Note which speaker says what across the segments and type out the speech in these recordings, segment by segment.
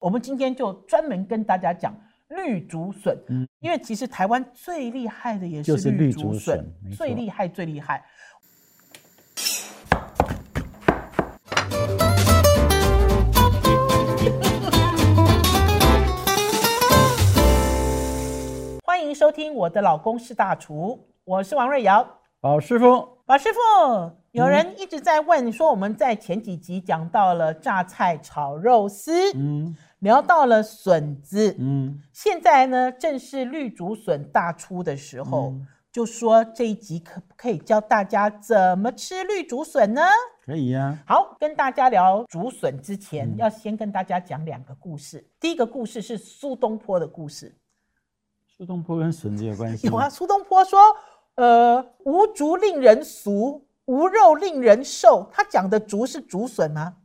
Speaker 1: 我们今天就专门跟大家讲绿竹笋，
Speaker 2: 嗯
Speaker 1: 因为其实台湾最厉害的也
Speaker 2: 就是是
Speaker 1: 绿
Speaker 2: 绿
Speaker 1: 竹
Speaker 2: 竹
Speaker 1: 笋，
Speaker 2: 笋没
Speaker 1: 最
Speaker 2: 错
Speaker 1: 厉害最厉害。 欢迎收听《我的老公是大厨》，我是王瑞瑶，
Speaker 2: 宝师傅，
Speaker 1: 马师傅，有
Speaker 2: 嗯
Speaker 1: 人一直在问说，我们在前几集讲到了榨菜炒肉丝，
Speaker 2: 嗯
Speaker 1: 聊到了笋子，
Speaker 2: 嗯，
Speaker 1: 现在呢正是绿竹笋大出的时候，
Speaker 2: 嗯
Speaker 1: 就说这一集可不可以教大家怎么吃绿竹笋呢？
Speaker 2: 可以呀、
Speaker 1: 好，跟大家聊竹笋之前，
Speaker 2: 嗯
Speaker 1: 要先跟大家讲两个故事。第一个故事是苏东坡的故事，
Speaker 2: 苏东坡跟笋子有 关系
Speaker 1: 有
Speaker 2: 吗？
Speaker 1: 啊，苏东坡说，呃，无竹令人俗，无肉令人瘦。他讲的竹是竹笋吗？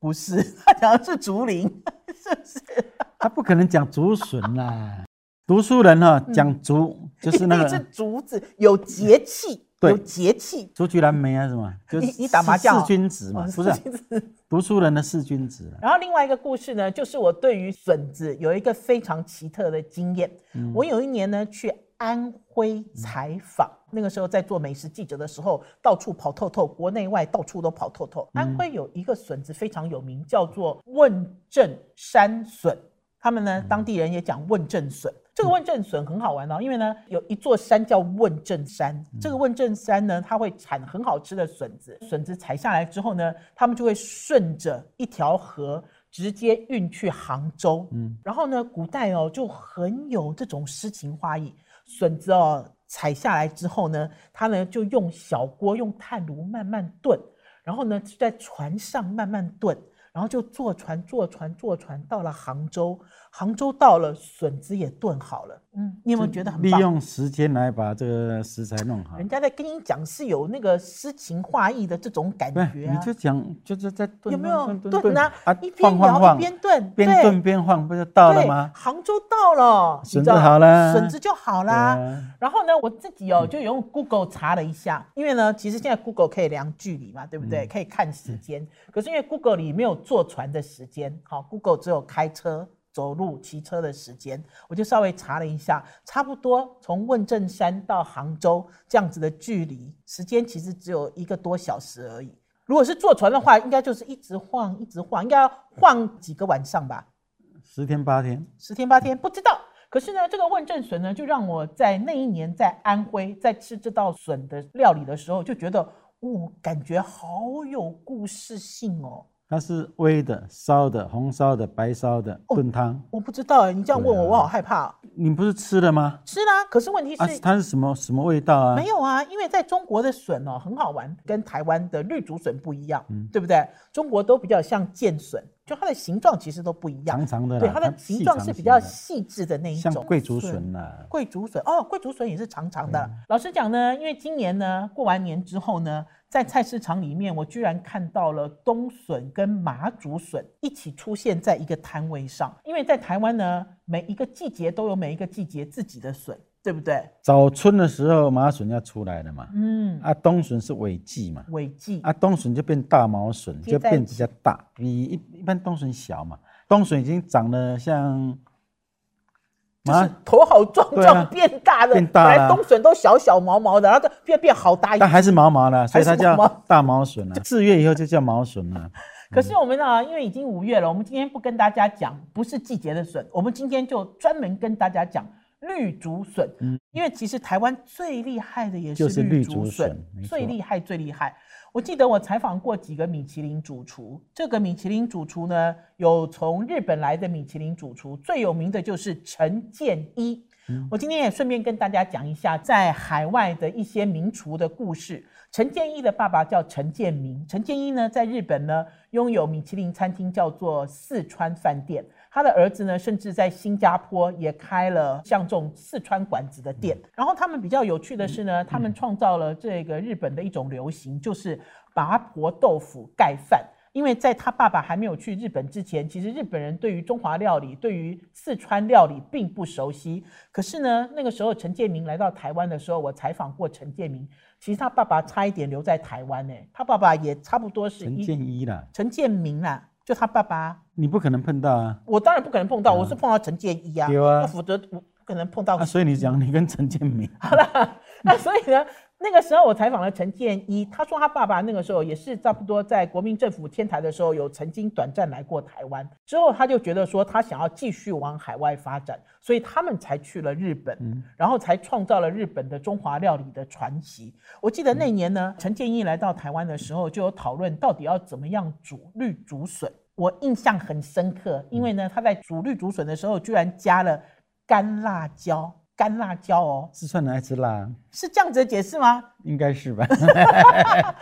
Speaker 1: 不是，他讲的是竹林。
Speaker 2: 他不可能讲竹笋啦。读书人哈、
Speaker 1: 嗯
Speaker 2: 讲 竹就是那
Speaker 1: 一定是
Speaker 2: 个
Speaker 1: 竹子，有节气，
Speaker 2: 对
Speaker 1: 有节气。
Speaker 2: 竹菊蓝莓啊，什么？就
Speaker 1: 你
Speaker 2: 是
Speaker 1: 你打麻将哦
Speaker 2: 四君子嘛，不是啊、读书人的四君子啦。
Speaker 1: 然后另外一个故事呢，就是我对于笋子有一个非常奇特的经验。我有一年呢去安徽采访，那个时候在做美食记者的时候，到处跑透透，国内外到处都跑透透。安徽有一个笋子非常有名，叫做问政山笋，他们呢当地人也讲问政笋。这个问政笋很好玩哦，因为呢有一座山叫问政山，这个问政山呢它会产很好吃的笋子，笋子采下来之后呢，他们就会顺着一条河直接运去杭州。嗯，然后呢，古代哦就很有这种诗情画意，笋子哦采下来之后呢，它呢就用小锅用炭炉慢慢炖，然后呢就在船上慢慢炖。然后就坐船，坐船，坐船，到了杭州。杭州到了，笋子也炖好了。嗯，你有没有觉得很
Speaker 2: 利
Speaker 1: 棒？
Speaker 2: 用啊时间来把这个食材弄好
Speaker 1: 人。家在跟你讲是有那个诗情画意的这种感
Speaker 2: 不是，
Speaker 1: 觉啊
Speaker 2: 你就，讲就是在炖，啊
Speaker 1: 有没有
Speaker 2: 炖
Speaker 1: 炖呢、一边
Speaker 2: 晃晃
Speaker 1: 摇一
Speaker 2: 晃，
Speaker 1: 边炖，
Speaker 2: 边
Speaker 1: 对
Speaker 2: 炖边晃，不就到了吗
Speaker 1: 对，？杭州到了，你知
Speaker 2: 笋子
Speaker 1: 道
Speaker 2: 好啦
Speaker 1: 笋子就好啦。
Speaker 2: 对啊嗯
Speaker 1: 然后呢，我自己哦就用 Google 查了一下，因为呢，其实现在 Google 可以量距离嘛，对不对？
Speaker 2: 嗯
Speaker 1: 可以看时间。可是因为 Google 里没有坐船的时间，好，Google 只有开车、走路、骑车的时间，我就稍微查了一下，差不多从问政山到杭州这样子的距离，时间其实只有一个多小时而已。如果是坐船的话，应该就是一直晃，一直晃，应该要晃几个晚上吧。
Speaker 2: 十天八天，
Speaker 1: 十天八天不知道。可是呢，这个问政笋呢，就让我在那一年在安徽在吃这道笋的料理的时候，就觉得，哦，感觉好有故事性哦。
Speaker 2: 它是煨的、烧的、红烧的、白烧的、
Speaker 1: 哦
Speaker 2: 炖汤。
Speaker 1: 我不知道哎，你这样问我，我好害怕哦、
Speaker 2: 你不是吃了吗？
Speaker 1: 吃啦，可是问题是、
Speaker 2: 啊，它是什么什么味道啊？
Speaker 1: 没有啊，因为在中国的笋哦很好玩，跟台湾的绿竹笋不一样，
Speaker 2: 嗯
Speaker 1: 对不对？中国都比较像剑笋，就它的形状其实都不一样，
Speaker 2: 长长的啦，
Speaker 1: 对，它的
Speaker 2: 细
Speaker 1: 形状
Speaker 2: 长
Speaker 1: 是
Speaker 2: 型
Speaker 1: 比较
Speaker 2: 的
Speaker 1: 细致的那一
Speaker 2: 像
Speaker 1: 种，
Speaker 2: 贵族笋啊啦。
Speaker 1: 贵竹笋哦，贵竹笋也是长长的啦。
Speaker 2: 嗯
Speaker 1: 老实讲呢，因为今年呢过完年之后呢，在菜市场里面，我居然看到了冬笋跟麻竹笋一起出现在一个摊位上。因为在台湾呢，每一个季节都有每一个季节自己的笋，对不对？
Speaker 2: 早春的时候，麻笋要出来了嘛，
Speaker 1: 嗯，
Speaker 2: 啊，冬笋是尾季嘛，
Speaker 1: 尾季
Speaker 2: 啊，冬笋就变大毛笋，
Speaker 1: 接
Speaker 2: 就
Speaker 1: 在
Speaker 2: 变
Speaker 1: 一
Speaker 2: 比较大，比一一般冬笋小嘛，冬笋已经长得像
Speaker 1: 就是
Speaker 2: 麻，
Speaker 1: 头好壮
Speaker 2: 对啊
Speaker 1: 壮变大的，
Speaker 2: 变大
Speaker 1: 本来
Speaker 2: 了
Speaker 1: 冬笋都小小毛毛的，然后就变变好大一
Speaker 2: 但还是毛毛的，所以
Speaker 1: 还
Speaker 2: 它
Speaker 1: 是毛
Speaker 2: 叫
Speaker 1: 毛
Speaker 2: 大 毛笋啊。四月以后就叫毛笋了。
Speaker 1: 可
Speaker 2: 嗯
Speaker 1: 是我们呢、因为已经五月了，我们今天不跟大家讲不是季节的笋，我们今天就专门跟大家讲绿竹笋。因为其实台湾最厉害的也
Speaker 2: 嗯就是是
Speaker 1: 绿
Speaker 2: 绿
Speaker 1: 竹
Speaker 2: 竹
Speaker 1: 笋
Speaker 2: 笋，没
Speaker 1: 最
Speaker 2: 错
Speaker 1: 厉害最厉害。我记得我采访过几个米其林主厨，这个米其林主厨呢，有从日本来的米其林主厨，最有名的就是陈建一。我今天也顺便跟大家讲一下在海外的一些名厨的故事。陈建一的爸爸叫陈建明，陈建一呢在日本呢拥有米其林餐厅叫做四川饭店，他的儿子呢甚至在新加坡也开了像这种四川馆子的店。然后他们比较有趣的是呢，他们创造了这个日本的一种流行，就是麻婆豆腐盖饭。因为在他爸爸还没有去日本之前，其实日本人对于中华料理、对于四川料理并不熟悉。可是呢，那个时候陈建明来到台湾的时候，我采访过陈建明，其实他爸爸差一点留在台湾呢、他爸爸也差不多是
Speaker 2: 陈
Speaker 1: 一
Speaker 2: 建一啦，
Speaker 1: 陈建明啦，啊就他爸爸，
Speaker 2: 你不可能碰到啊。
Speaker 1: 我当然不可能碰到，我是碰到陈建一啊，
Speaker 2: 对啊
Speaker 1: 那否则我不可能碰到
Speaker 2: 啊，所以你讲你跟陈建明，
Speaker 1: 那所以呢， 那个时候我采访了陈建一，他说他爸爸那个时候也是差不多在国民政府迁台的时候，有曾经短暂来过台湾，之后他就觉得说他想要继续往海外发展，所以他们才去了日本，然后才创造了日本的中华料理的传奇。我记得那年呢，陈建一来到台湾的时候，就有讨论到底要怎么样煮绿竹笋。我印象很深刻，因为呢，他在煮绿竹笋的时候，居然加了干辣椒，干辣椒哦，
Speaker 2: 四川人爱吃辣，
Speaker 1: 是这样子的解释吗？
Speaker 2: 应该是吧？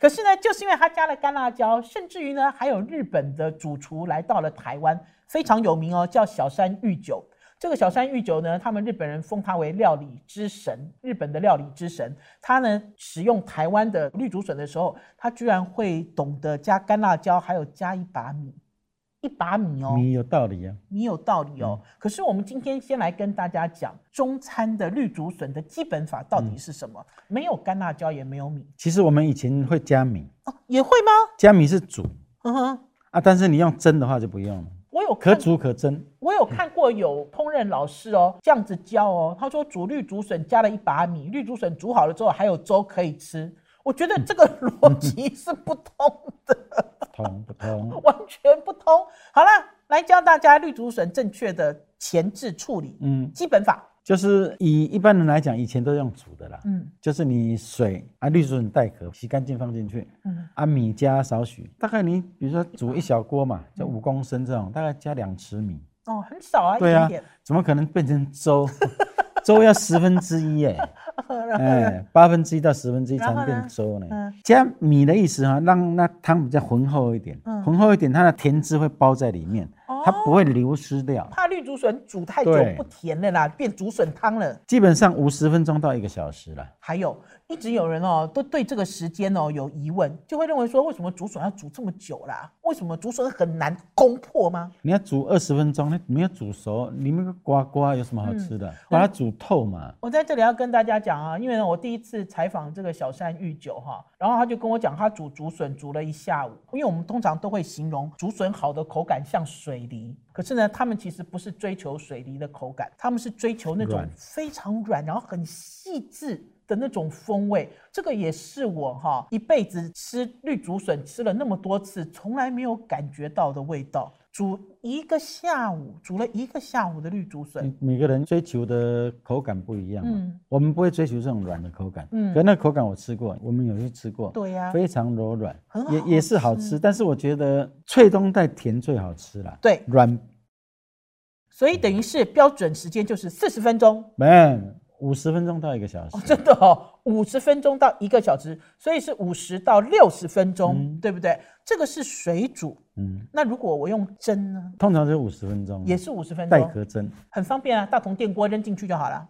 Speaker 1: 可是呢，就是因为他加了干辣椒，甚至于呢，还有日本的主厨来到了台湾，非常有名哦，叫小山裕久。这个小山裕久呢，他们日本人封他为料理之神，日本的料理之神。他呢使用台湾的绿竹笋的时候，他居然会懂得加干辣椒，还有加一把米，一把米 哦，
Speaker 2: 你有道理啊。
Speaker 1: 你有道理哦。可是我们今天先来跟大家讲中餐的绿竹笋的基本法到底是什么？没有干辣椒，也没有米
Speaker 2: 其实我们以前会加米，
Speaker 1: 哦，也会吗？
Speaker 2: 加米是煮
Speaker 1: 嗯哼。
Speaker 2: 啊，但是你用蒸的话就不用了，
Speaker 1: 我有
Speaker 2: 可
Speaker 1: 看，
Speaker 2: 煮可蒸。
Speaker 1: 我有看过有烹饪老师哦，这样子教哦。他说煮绿竹笋加了一把米，绿竹笋煮好了之后还有粥可以吃。我觉
Speaker 2: 嗯
Speaker 1: 得这个逻辑是不通的，
Speaker 2: 通不通？
Speaker 1: 完全不通。好了，来教大家绿竹笋正确的前置处理
Speaker 2: 嗯，
Speaker 1: 基本法。
Speaker 2: 就是以一般人来讲，以前都用煮的啦。
Speaker 1: 嗯
Speaker 2: 就是你水啊，绿竹笋带壳洗干净放进去，
Speaker 1: 嗯
Speaker 2: 啊米加少许，大概你比如说煮一小锅嘛，就五公升这种，大概加两匙米，
Speaker 1: 哦，很少啊，一
Speaker 2: 对啊
Speaker 1: 点点。
Speaker 2: 怎么可能变成粥？ 粥要十分之 一哎，哎，八分之一到十分之一才
Speaker 1: 然后
Speaker 2: 能
Speaker 1: 呢
Speaker 2: 变粥呢
Speaker 1: 嗯。
Speaker 2: 加米的意思哈、让那汤比较浑厚一点，
Speaker 1: 嗯
Speaker 2: 浑厚一点，它的甜汁会包在里面，
Speaker 1: 哦
Speaker 2: 它不会流失掉。
Speaker 1: 怕绿竹笋煮太久
Speaker 2: 对
Speaker 1: 不甜了啦，变竹笋汤了。
Speaker 2: 基本上五十分钟到一个小时了。
Speaker 1: 还有，一直有人哦，都对这个时间哦有疑问，就会认为说，为什么竹笋要煮这么久啦？为什么竹笋很难攻破吗？
Speaker 2: 你要煮二十分钟，那没有煮熟，里面个瓜瓜有什么好吃
Speaker 1: 嗯
Speaker 2: 的？把它煮透嘛。
Speaker 1: 我在这里要跟大家讲啊，因为呢，我第一次采访这个小山玉酒哈，然后他就跟我讲，他煮竹笋煮了一下午，因为我们通常都会形容竹笋好的口感像水梨，可是呢，他们其实不是追求水梨的口感，他们是追求那种
Speaker 2: 软
Speaker 1: 非常软，然后很细致。的那种风味，这个也是我哈一辈子吃绿竹笋吃了那么多次，从来没有感觉到的味道。煮一个下午，煮了一个下午的绿竹笋，
Speaker 2: 你每个人追求的口感不一样嘛。
Speaker 1: 嗯
Speaker 2: 我们不会追求这种软的口感。
Speaker 1: 嗯
Speaker 2: 可那口感我吃过，我们有去吃过，
Speaker 1: 对呀、
Speaker 2: 非常柔软
Speaker 1: 啊很，好
Speaker 2: 也也是好吃。但是我觉得脆中带甜最好吃啦。
Speaker 1: 对
Speaker 2: 软
Speaker 1: 所以等于是标准时间就是四十分钟，
Speaker 2: 没五十分钟到一个小时。
Speaker 1: 真的哦，五十分钟到一个小时，所以是五十到六十分钟，对不对？这个是水煮。
Speaker 2: 嗯，
Speaker 1: 那如果我用蒸呢，
Speaker 2: 通常就五十分钟，啊
Speaker 1: 也是哦五十分
Speaker 2: 带
Speaker 1: 钟，
Speaker 2: 壳蒸
Speaker 1: 很方便啊，大同电锅扔进去就好了。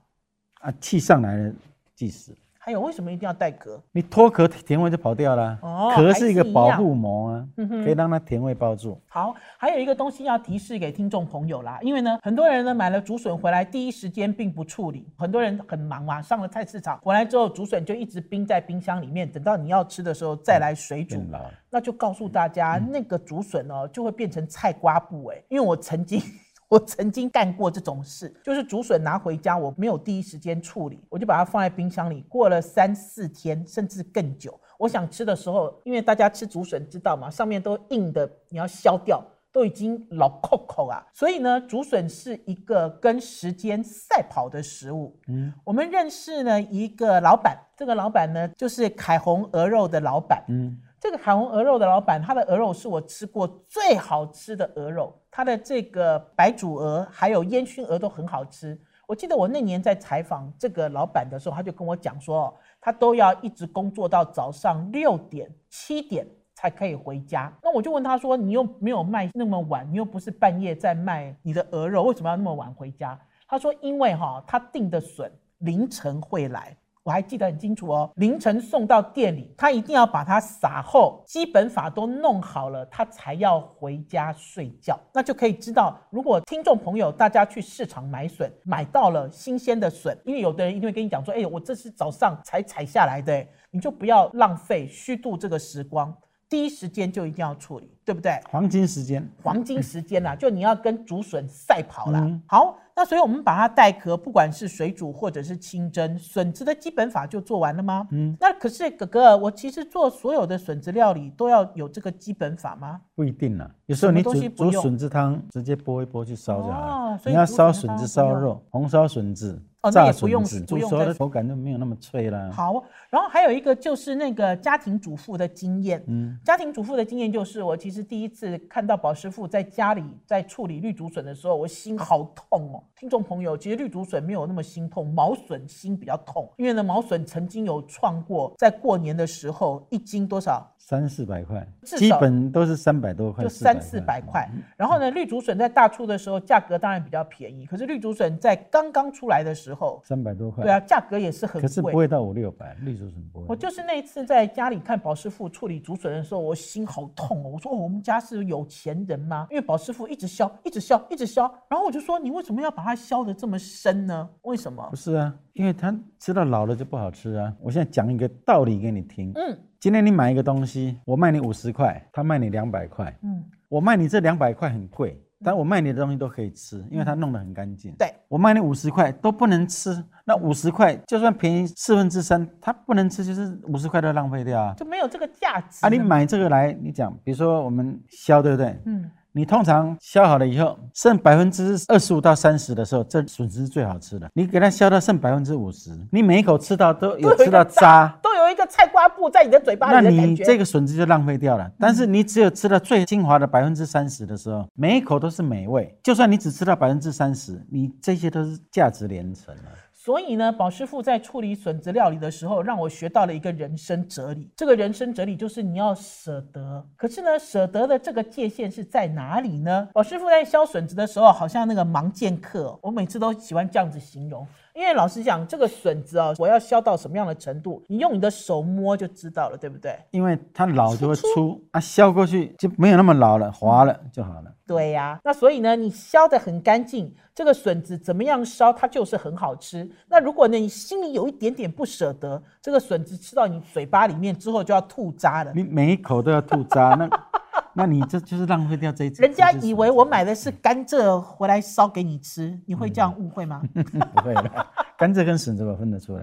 Speaker 2: 啊，气上来了即食。
Speaker 1: 还有为什么一定要带壳？
Speaker 2: 你脱壳，甜味就跑掉了
Speaker 1: 哦。
Speaker 2: 壳是一个
Speaker 1: 还是一样嗯
Speaker 2: 保护膜啊，可以让它甜味包住。
Speaker 1: 好，还有一个东西要提示给听众朋友啦，因为呢，很多人呢买了竹笋回来，第一时间并不处理，很多人很忙嘛，上了菜市场回来之后，竹笋就一直冰在冰箱里面，等到你要吃的时候再来水煮
Speaker 2: 变。老了，
Speaker 1: 那就告诉大家，那个竹笋哦，就会变成菜瓜布哎、因为我曾经。 我曾经干过这种事，就是竹笋拿回家，我没有第一时间处理，我就把它放在冰箱里，过了三四天甚至更久。我想吃的时候，因为大家吃竹笋知道嘛，上面都硬的，你要削掉，都已经老扣扣啊。所以呢，竹笋是一个跟时间赛跑的食物。嗯，我们认识呢一个老板，这个老板呢就是凯红鹅肉的老板。
Speaker 2: 嗯，
Speaker 1: 这个海虹鹅肉的老板，他的鹅肉是我吃过最好吃的鹅肉，他的这个白煮鹅还有烟熏鹅都很好吃。我记得我那年在采访这个老板的时候，他就跟我讲说哦，他都要一直工作到早上六点、七点才可以回家。那我就问他说：“你又没有卖那么晚，你又不是半夜在卖你的鹅肉，为什么要那么晚回家？”他说：“因为哈、他订的笋凌晨会来。”我还记得很清楚哦，凌晨送到店里，他一定要把它撒后，基本法都弄好了，他才要回家睡觉。那就可以知道，如果听众朋友大家去市场买笋，买到了新鲜的笋，因为有的人一定会跟你讲说，哎、我这是早上才采下来的、哎你就不要浪费虚度这个时光。第一时间就一定要处理，对不对？
Speaker 2: 黄金时间，
Speaker 1: 黄金时间啦，就你要跟竹笋赛跑啦。好，那所以我们把它带壳，不管是水煮或者是清蒸，笋子的基本法就做完了吗？嗯，那可是哥哥，我其实做所有的笋子料理都要有这个基本法吗？
Speaker 2: 不一定啦，有时候你
Speaker 1: 什么东西
Speaker 2: 煮
Speaker 1: 不用
Speaker 2: 煮笋子汤，直接拨一拨去烧就好了。
Speaker 1: 哦所以
Speaker 2: 你要
Speaker 1: 煮
Speaker 2: 烧
Speaker 1: 笋
Speaker 2: 笋
Speaker 1: 汤
Speaker 2: 子
Speaker 1: 不
Speaker 2: 烧
Speaker 1: 用
Speaker 2: 肉，红烧笋子
Speaker 1: 哦、那也
Speaker 2: 炸
Speaker 1: 不用
Speaker 2: 笋子，
Speaker 1: 不
Speaker 2: 煮
Speaker 1: 用
Speaker 2: 熟
Speaker 1: 再
Speaker 2: 的口感就没有那么脆啦。
Speaker 1: 好，然后还有一个就是那个家庭主妇的经验。嗯，家庭主妇的经验就是，我其实第一次看到宝师傅在家里在处理绿竹笋的时候，我心好痛哦。听众朋友，其实绿竹笋没有那么心痛，毛笋心比较痛，因为呢，毛笋曾经有创过，在过年的时候一斤多少？
Speaker 2: 三四百块，
Speaker 1: 至
Speaker 2: 基
Speaker 1: 少
Speaker 2: 本都是三百多块，嗯
Speaker 1: 就
Speaker 2: 400
Speaker 1: 三四百。块。然后呢，绿竹笋在大出的时候价格当然比较便宜，可是绿竹笋在刚刚出来的时候，
Speaker 2: 三百多块，
Speaker 1: 对啊，价格也是很
Speaker 2: 可是不
Speaker 1: 贵。
Speaker 2: 会到五六百，绿竹笋不
Speaker 1: 我
Speaker 2: 会。
Speaker 1: 就是那一次在家里看宝师傅处理竹笋的时候，我心好痛哦。我说、哦、我们家是有钱人吗？因为宝师傅一直削，一直削，一直削。然后我就说你为什么要把它削的这么深呢？为什么
Speaker 2: 不？是啊，因为它吃到老了就不好吃啊。我现在讲一个道理给你听。
Speaker 1: 嗯
Speaker 2: 今天你买一个东西，我卖你五十块，他卖你两百块，
Speaker 1: 嗯，
Speaker 2: 我卖你这两百块很贵，但我卖你的东西都可以吃，因为它弄得很干净。
Speaker 1: 对，
Speaker 2: 我卖你五十块都不能吃，那五十块就算便宜四分之三，它不能吃就是五十块都浪费掉啊。
Speaker 1: 就没有这个价值
Speaker 2: 啊，你
Speaker 1: 了
Speaker 2: 买这个来，你讲，比如说我们削，对不对？
Speaker 1: 嗯，
Speaker 2: 你通常削好了以后，剩百分之二十五到三十的时候，这笋子是最好吃的。你给它削到剩百分之五十，你每一口吃到都有吃到渣，
Speaker 1: 都有一个菜瓜布在你的嘴巴
Speaker 2: 那
Speaker 1: 里的感
Speaker 2: 你
Speaker 1: 觉。
Speaker 2: 这个笋子就浪费掉了。但是你只有吃到最精华的百分之三十的时候，每一口都是美味。就算你只吃到百分之三十，你这些都是价值连城啊。
Speaker 1: 所以呢，宝师傅在处理笋子料理的时候，让我学到了一个人生哲理。这个人生哲理就是你要舍得。可是呢，舍得的这个界限是在哪里呢？宝师傅在削笋子的时候，好像那个盲剑客哦，我每次都喜欢这样子形容。因为老实讲，这个笋子啊、哦，我要削到什么样的程度，你用你的手摸就知道了，对不对？
Speaker 2: 因为它老就会粗啊，削过去就没有那么老了，滑了就好了。
Speaker 1: 对呀、那所以呢，你削得很干净，这个笋子怎么样烧，它就是很好吃。那如果呢，你心里有一点点不舍得，这个笋子吃到你嘴巴里面之后就要吐渣了。
Speaker 2: 你每一口都要吐渣，那那你这就是浪费掉这一次。
Speaker 1: 人家
Speaker 2: 这些
Speaker 1: 以
Speaker 2: 笋
Speaker 1: 为我买的是甘蔗回来烧给你吃，你会这样
Speaker 2: 嗯
Speaker 1: 误 会吗？
Speaker 2: 不会了，甘蔗跟笋子我分得出来。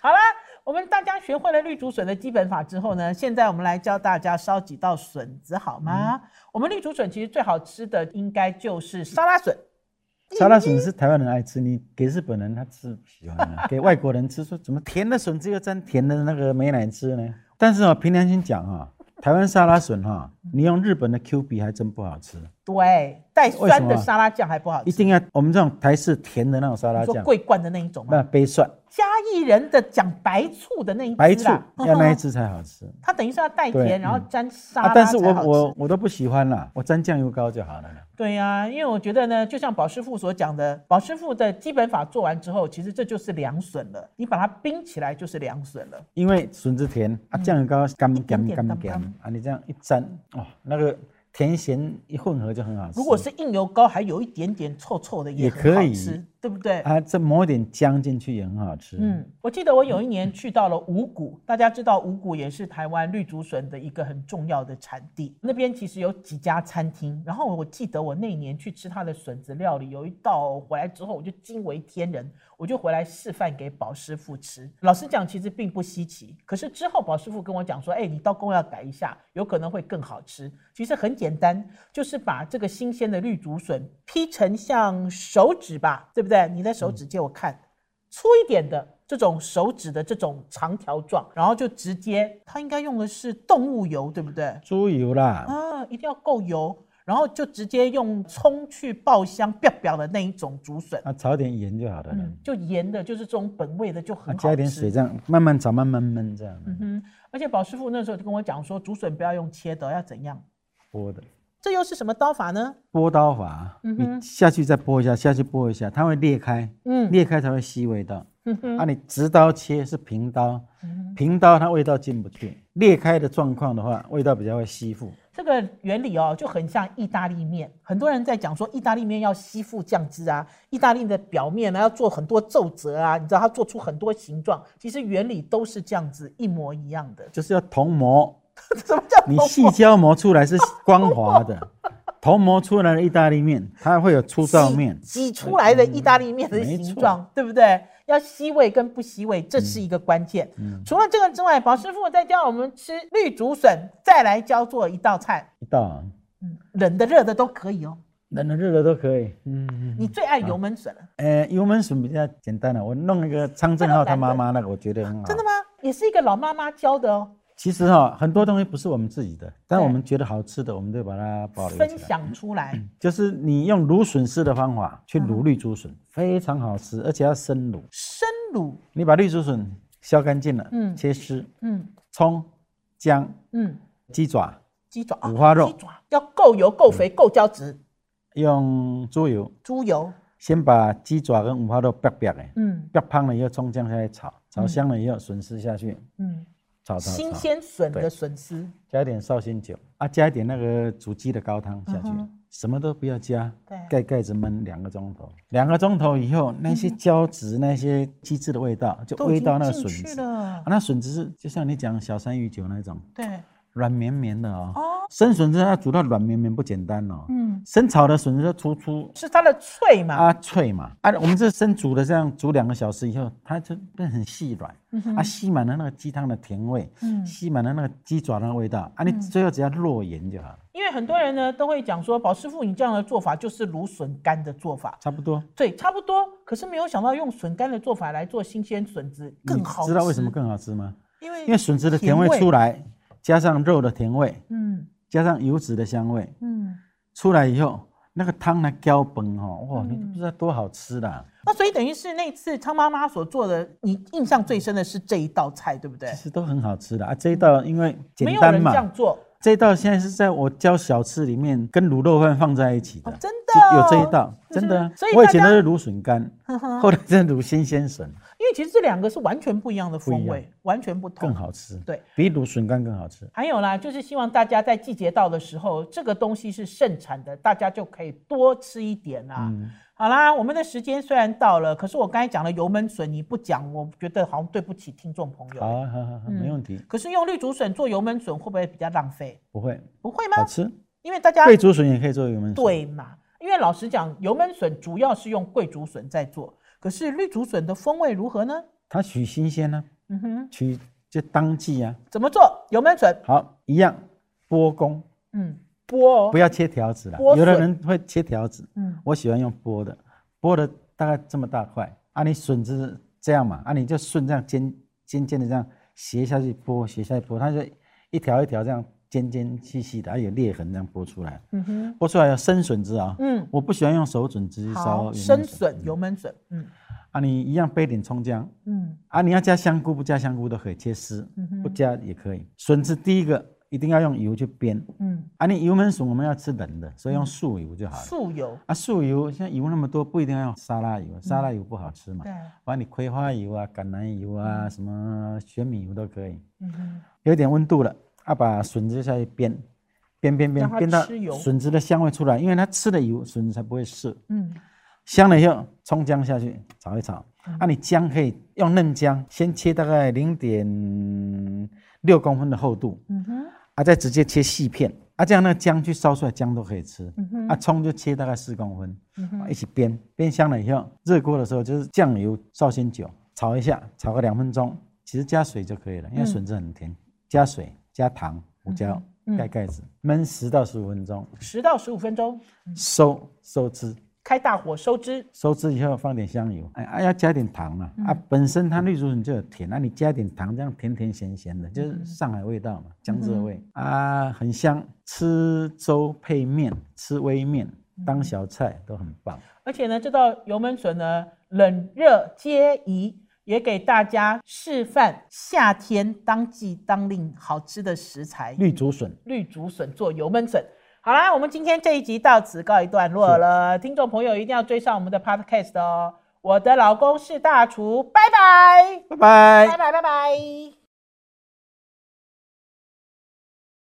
Speaker 1: 好啦，我们大家学会了绿竹笋的基本法之后呢，现在我们来教大家烧几道笋子好吗？
Speaker 2: 嗯
Speaker 1: 我们绿竹笋其实最好吃的应该就是沙拉笋。
Speaker 2: 沙拉笋是台湾人爱吃，你给日本人他吃不喜欢啊，给外国人吃说怎么甜的笋子又沾甜的那个美乃滋呢？但是啊、凭良心讲啊、台湾沙拉笋哈、你用日本的 Q 比还真不好吃，
Speaker 1: 对，带
Speaker 2: 为什
Speaker 1: 酸
Speaker 2: 么啊
Speaker 1: 的沙拉酱还不好
Speaker 2: 一
Speaker 1: 吃，
Speaker 2: 定要我们这种台式甜的那种沙拉
Speaker 1: 你说
Speaker 2: 酱，
Speaker 1: 桂冠的那一种吗？
Speaker 2: 那杯蒜
Speaker 1: 嘉义人的讲白醋的那一
Speaker 2: 白
Speaker 1: 支
Speaker 2: 醋
Speaker 1: 啦
Speaker 2: 要那一只才好吃。
Speaker 1: 它等于是要带
Speaker 2: 对
Speaker 1: 甜，然后
Speaker 2: 嗯
Speaker 1: 沾 沙
Speaker 2: 啊
Speaker 1: 拉，
Speaker 2: 但是
Speaker 1: 才
Speaker 2: 我
Speaker 1: 好吃
Speaker 2: 我我都不喜欢啦，我沾酱油膏就好了啦。
Speaker 1: 对呀、因为我觉得呢，就像宝师傅所讲的，宝师傅的基本法做完之后，其实这就是凉笋了。你把它冰起来就是凉笋了。
Speaker 2: 因为笋子甜啊，酱油膏干
Speaker 1: 嗯点
Speaker 2: 干
Speaker 1: 点
Speaker 2: 干
Speaker 1: 甘
Speaker 2: 干
Speaker 1: 甘
Speaker 2: 啊，你这样一沾，哦，那个甜咸一混合就很好吃。
Speaker 1: 如果是硬油膏，还有一点点臭臭的也
Speaker 2: 也
Speaker 1: 很
Speaker 2: 可
Speaker 1: 好
Speaker 2: 以
Speaker 1: 吃，对不对？
Speaker 2: 啊，再抹一点姜进去也很好吃。嗯，
Speaker 1: 嗯，我记得我有一年去到了五谷，大家知道五谷也是台湾绿竹笋的一个很重要的产地。那边其实有几家餐厅，然后我记得我那一年去吃它的笋子料理，有一道回来之后我就惊为天人，我就回来示范给宝师傅吃。老实讲，其实并不稀奇，可是之后宝师傅跟我讲说，哎，你刀工要改一下，有可能会更好吃。其实很简单，就是把这个新鲜的绿竹笋劈成像手指吧，对不对？你的手指借我看。粗一点的这种手指的这种长条状，然后就直接，它应该用的是动物油，对不对？
Speaker 2: 猪油啦，
Speaker 1: 啊，一定要够油，然后就直接用葱去爆香，表表的那一种竹笋，
Speaker 2: 啊，炒点盐就好了啦。
Speaker 1: 嗯，就盐的，就是这种本味的就
Speaker 2: 啊，
Speaker 1: 很好吃。
Speaker 2: 加一点水，这样慢慢炒，慢慢焖这样，
Speaker 1: 嗯，而且宝师傅那时候就跟我讲说，竹笋不要用切的，要怎样？
Speaker 2: 剥的。
Speaker 1: 这又是什么刀法呢？
Speaker 2: 剥刀法，你下去再剥一下，下去剥一下，它会裂开，
Speaker 1: 嗯
Speaker 2: 裂开才会吸味道。啊，你直刀切是平刀，
Speaker 1: 嗯
Speaker 2: 平刀它味道进不去，裂开的状况的话，味道比较会吸附。
Speaker 1: 这个原理哦，就很像意大利面。很多人在讲说，意大利面要吸附酱汁啊，意大利的表面呢要做很多皱褶啊，你知道它做出很多形状，其实原理都是这样子一模一样的。
Speaker 2: 就是要同模
Speaker 1: 什么叫
Speaker 2: 你细胶磨出来是光滑 的，头磨出来的意大利面，它会有粗糙面。
Speaker 1: 挤出来的意大利面的
Speaker 2: 没
Speaker 1: 形
Speaker 2: 错
Speaker 1: 状，对不对？要吸味跟不吸味，这是一个关键。
Speaker 2: 嗯
Speaker 1: 除了这个之外，宝师傅再教我们吃绿竹笋，再来教做一道菜，嗯
Speaker 2: 一道啊
Speaker 1: 冷的热的都可以哦。
Speaker 2: 冷的热的都可以。嗯，
Speaker 1: 你最爱油焖笋了，
Speaker 2: 呃，油焖笋比较简单了、我弄一个苍正浩他妈妈那个，我觉得很好。
Speaker 1: 真的吗？也是一个老妈妈教的哦，
Speaker 2: 其实哈、很多东西不是我们自己的，但
Speaker 1: 对
Speaker 2: 我们觉得好吃的，我们就把它保留
Speaker 1: 分
Speaker 2: 起来。嗯
Speaker 1: 享出来。
Speaker 2: 就是你用卤笋丝的方法去卤绿竹笋，非常好吃，而且要生卤。
Speaker 1: 生卤，
Speaker 2: 你把绿竹笋削干净了，
Speaker 1: 嗯
Speaker 2: 切丝，
Speaker 1: 嗯
Speaker 2: 葱、姜、
Speaker 1: 嗯，
Speaker 2: 鸡爪，
Speaker 1: 鸡爪，啊
Speaker 2: 五花肉嗯
Speaker 1: 鸡爪要够油、够肥、够胶质，
Speaker 2: 用猪油，
Speaker 1: 猪油，
Speaker 2: 先把鸡爪跟五花肉煸煸的，
Speaker 1: 嗯
Speaker 2: 煸胖了以后葱姜下去炒，炒香了以后笋丝下去
Speaker 1: 嗯，
Speaker 2: 炒炒
Speaker 1: 新
Speaker 2: 炒，
Speaker 1: 鲜笋的
Speaker 2: 对
Speaker 1: 笋丝，
Speaker 2: 加一点绍兴酒啊，加一点那个煮鸡的高汤下去，
Speaker 1: 嗯哼
Speaker 2: 什么都不要加
Speaker 1: 对啊，
Speaker 2: 盖盖子焖两个钟头，两个钟头以后那些胶质、那些鸡汁的味道就
Speaker 1: 都已
Speaker 2: 煨
Speaker 1: 经
Speaker 2: 到那个
Speaker 1: 进
Speaker 2: 笋
Speaker 1: 去
Speaker 2: 子，啊
Speaker 1: 了，
Speaker 2: 那笋子是就像你讲小山芋酒那种
Speaker 1: 对，
Speaker 2: 软绵绵的哦，
Speaker 1: 哦
Speaker 2: 生笋子要煮到软绵绵不简单哦，
Speaker 1: 嗯，
Speaker 2: 生炒的笋子就粗粗
Speaker 1: 是它的脆嘛，
Speaker 2: 啊脆嘛，啊我们这生煮的这样煮两个小时以后，它就变得很细软，啊吸满了那个鸡汤的甜味，
Speaker 1: 嗯
Speaker 2: 吸满了那个鸡爪的味道，啊你最后只要落盐就好了，
Speaker 1: 因为很多人呢都会讲说，宝师傅你这样的做法就是芦笋干的做法，
Speaker 2: 差不多。
Speaker 1: 对，差不多。可是没有想到用笋干的做法来做新鲜笋子更好
Speaker 2: 你
Speaker 1: 吃，
Speaker 2: 知道为什么？更好吃吗？
Speaker 1: 因为
Speaker 2: 因为笋子的甜味出来，加上肉的甜味，
Speaker 1: 嗯
Speaker 2: 加上油脂的香味，
Speaker 1: 嗯，
Speaker 2: 出来以后那个汤来浇崩哦，哇，
Speaker 1: 嗯
Speaker 2: 你都不知道多好吃啦！
Speaker 1: 那所以等于是那次汤妈妈所做的，你印象最深的是这一道菜，对不对
Speaker 2: 其？实都很好吃的啊。这一道因为
Speaker 1: 没
Speaker 2: 简
Speaker 1: 有
Speaker 2: 单
Speaker 1: 人这样
Speaker 2: 嘛，
Speaker 1: 做，
Speaker 2: 这一道现在是在我教小吃里面跟卤肉饭放在一起的，
Speaker 1: 哦真的哦
Speaker 2: 啊就有这一道，真的啊
Speaker 1: 所以。大家
Speaker 2: 我以前都是卤笋干
Speaker 1: 呵呵，
Speaker 2: 后来在卤新鲜笋，
Speaker 1: 因为其实这两个是完全不一样的风
Speaker 2: 不一
Speaker 1: 味，完全不同，
Speaker 2: 更好吃，
Speaker 1: 对，
Speaker 2: 比卤笋干更好吃。
Speaker 1: 还有啦，就是希望大家在季节到的时候，这个东西是盛产的，大家就可以多吃一点啦。
Speaker 2: 嗯
Speaker 1: 好啦，我们的时间虽然到了，可是我刚才讲了油焖笋，你不讲，我觉得好像对不起听众朋友。
Speaker 2: 好啊，好好好，没问题，
Speaker 1: 可是用绿竹笋做油焖笋会不会比较浪费？
Speaker 2: 不会，
Speaker 1: 不会
Speaker 2: 好
Speaker 1: 吗？
Speaker 2: 吃。
Speaker 1: 因为大家
Speaker 2: 贵竹笋也可以做油焖笋。
Speaker 1: 对嘛，因为老实讲，油焖笋主要是用桂竹笋在做，可是绿竹笋的风味如何呢？
Speaker 2: 它取新鲜呢、
Speaker 1: 嗯哼，
Speaker 2: 取就当季啊。
Speaker 1: 怎么做油焖笋？
Speaker 2: 好，一样剥工，
Speaker 1: 嗯，剥哦
Speaker 2: 不，要切条子了
Speaker 1: 剥。
Speaker 2: 有的
Speaker 1: 笋
Speaker 2: 人会切条子，
Speaker 1: 嗯
Speaker 2: 我喜欢用剥的，剥的大概这么大块。啊，你笋子这样嘛，啊，你就顺这样尖尖尖的这样斜下去剥，斜下去剥，它就一条一条这样尖尖细细的，还有裂痕这样剥出来。
Speaker 1: 嗯哼，
Speaker 2: 剥出来有生笋子啊，
Speaker 1: 嗯
Speaker 2: 我不喜欢用手笋直接烧
Speaker 1: 好，
Speaker 2: 油焖
Speaker 1: 生笋油焖笋，嗯
Speaker 2: 啊，你一样备点葱姜，
Speaker 1: 嗯。
Speaker 2: 啊，你要加香菇不加香菇都可以，切丝，不加也可以。笋子第一个一定要用油去煸，
Speaker 1: 嗯
Speaker 2: 啊，你油焖笋我们要吃冷的，所以用素油就好了。
Speaker 1: 素油，
Speaker 2: 啊，素油现在油那么多，不一定要用沙拉油，沙拉油不好吃嘛
Speaker 1: 嗯对。
Speaker 2: 把你葵花油啊、橄榄油啊、什么玄米油都可以。
Speaker 1: 嗯哼，
Speaker 2: 有一点温度了，啊，把笋子下去煸，煸煸煸
Speaker 1: 让它
Speaker 2: 煸
Speaker 1: 吃油
Speaker 2: 到笋子的香味出来，因为它吃了油，笋子才不会涩。
Speaker 1: 嗯，
Speaker 2: 香了以后，葱姜下去炒一炒。啊，你姜可以用嫩姜，先切大概零点六公分的厚度，
Speaker 1: 嗯哼，
Speaker 2: 啊，再直接切细片，啊，这样那个姜去烧出来，姜都可以吃。
Speaker 1: 嗯
Speaker 2: 啊，葱就切大概四公分，啊一起煸，煸香了以后，热锅的时候就是酱油、绍兴酒炒一下，炒个两分钟，其实加水就可以了，因为笋子很甜，加水、加糖、胡椒，盖盖子，焖十到十五分钟，
Speaker 1: 十到十五分钟，
Speaker 2: 收收汁。
Speaker 1: 开大火收汁。
Speaker 2: 收汁以后放点香油，哎，啊要加点糖嘛，啊本身它绿竹笋就有甜，啊你加点糖，这样甜甜咸咸的，就是上海味道嘛，江浙味、啊，很香。吃粥配面，吃微面当小菜都很棒。
Speaker 1: 而且呢，这道油焖笋呢，冷热皆宜，也给大家示范夏天当季当令好吃的食材
Speaker 2: 绿竹笋，
Speaker 1: 绿竹笋做油焖笋。好啦，我们今天这一集到此告一段落了，听众朋友一定要追上我们的 podcast 哦。我的老公是大厨，拜拜，
Speaker 2: 拜拜
Speaker 1: 拜。拜，拜拜。